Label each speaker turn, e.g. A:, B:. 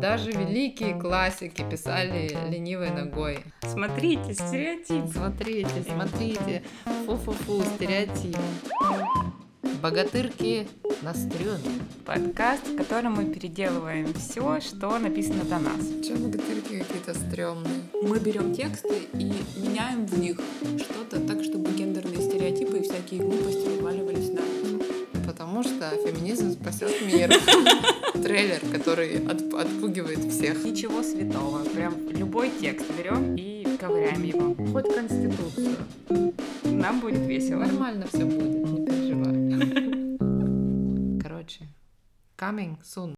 A: Даже великие классики писали ленивой ногой.
B: Смотрите, стереотип.
A: Смотрите, смотрите. Фу-фу-фу, стереотип. Богатырки на стрёме.
B: Подкаст, в котором мы переделываем все, что написано до нас.
A: Чё богатырки какие-то стрёмные?
C: Мы берем тексты и меняем в них что-то так, чтобы гендерные стереотипы и всякие глупости вываливались на
A: Потому что феминизм спасет мир. Трейлер, который отп- отпугивает всех.
B: Ничего святого. Прям любой текст берем и ковыряем его.
A: Хоть конституцию.
B: Нам будет весело.
A: Нормально все будет, не переживай. Короче, coming soon.